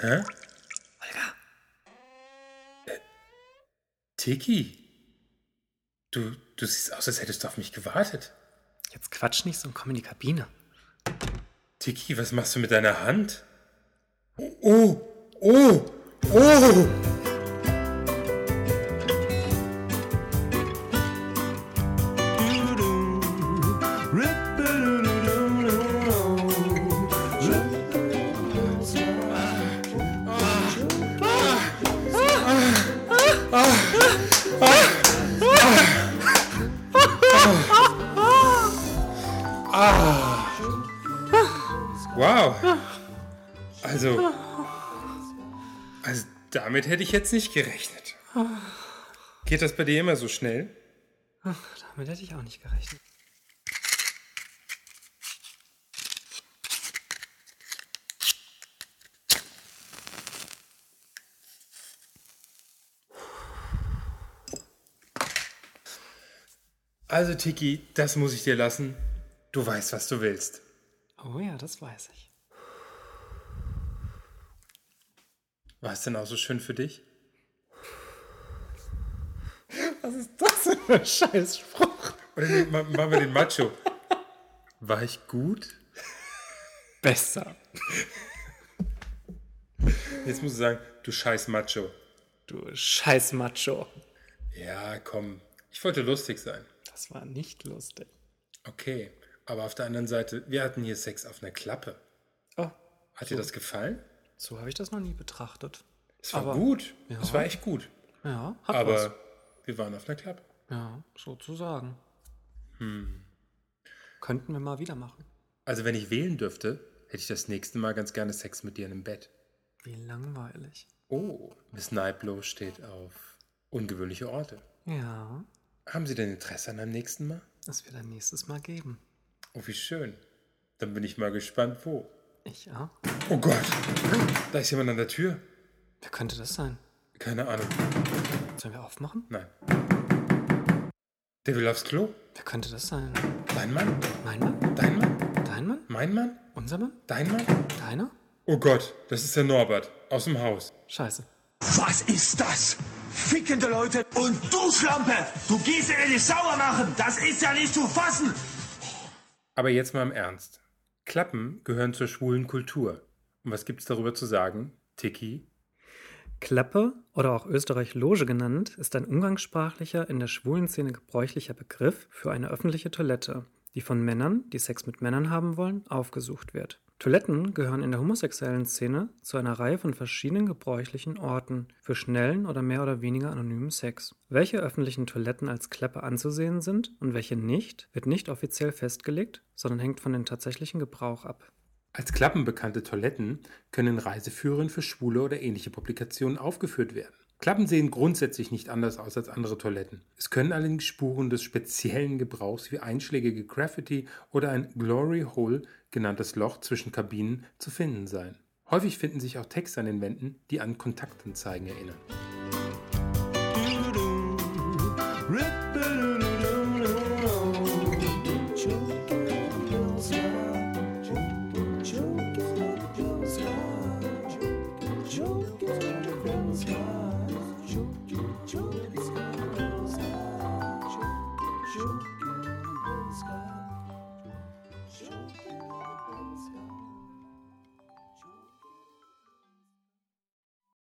Hä? Olga. Tiki. Du, du siehst aus, als hättest du auf mich gewartet. Jetzt quatsch nicht so und komm in die Kabine. Tiki, was machst du mit deiner Hand? Oh, oh, oh! Wow. Also, also damit hätte ich jetzt nicht gerechnet. Geht das bei dir immer so schnell? Damit hätte ich auch nicht gerechnet. Also, Tiki, das muss ich dir lassen. Du weißt, was du willst. Oh ja, das weiß ich. War es denn auch so schön für dich? Scheiß Spruch. Oder nee, ma- machen wir den Macho. War ich gut? Besser. Jetzt musst du sagen, du scheiß Macho. Du scheiß Macho. Ja, komm. Ich wollte lustig sein. Das war nicht lustig. Okay. Aber auf der anderen Seite, wir hatten hier Sex auf einer Klappe. Oh, Hat dir das gefallen? so habe ich das noch nie betrachtet. Es war Aber- gut. Ja. Es war echt gut. Ja, hat Aber was. wir waren auf einer Klappe. Ja, sozusagen. Hm. Könnten wir mal wieder machen. Also, wenn ich wählen dürfte, hätte ich das nächste Mal ganz gerne Sex mit dir in einem Bett. Wie langweilig. Oh. Miss Nightblow steht auf ungewöhnliche Orte. Ja, Haben Sie denn Interesse an einem nächsten Mal? es wird ein nächstes Mal geben. Oh, wie schön. Dann bin ich mal gespannt, wo. Ich auch. Oh Gott, da ist jemand an der Tür. Wer könnte das sein? Keine Ahnung. Sollen wir aufmachen? Nein. Der will aufs Klo. Wer könnte das sein? Dein Mann, Mein Mann? dein Mann, Dein Mann? mein Mann, Unser Mann? dein Mann. Deiner? Oh Gott, das ist der Norbert aus dem Haus. Scheiße. Was ist das? Fickende Leute. Und du Schlampe, du gehst ihn nicht sauer machen. Das ist ja nicht zu fassen. Aber jetzt mal im Ernst. Klappen gehören zur schwulen Kultur. Und was gibt's darüber zu sagen? Tiki? Klappe oder auch Österreich Loge genannt, ist ein umgangssprachlicher, in der schwulen Szene gebräuchlicher Begriff für eine öffentliche Toilette, die von Männern, die Sex mit Männern haben wollen, aufgesucht wird. Toiletten gehören in der homosexuellen Szene zu einer Reihe von verschiedenen gebräuchlichen Orten für schnellen oder mehr oder weniger anonymen Sex. Welche öffentlichen Toiletten als Klappe anzusehen sind und welche nicht, wird nicht offiziell festgelegt, sondern hängt von dem tatsächlichen Gebrauch ab. Als Klappen bekannte Toiletten können in Reiseführern für schwule oder ähnliche Publikationen aufgeführt werden. Klappen sehen grundsätzlich nicht anders aus als andere Toiletten. Es können allerdings Spuren des speziellen Gebrauchs wie einschlägige Graffiti oder ein Glory Hole genanntes Loch zwischen Kabinen zu finden sein. Häufig finden sich auch Texte an den Wänden, die an Kontaktanzeigen erinnern. Rip,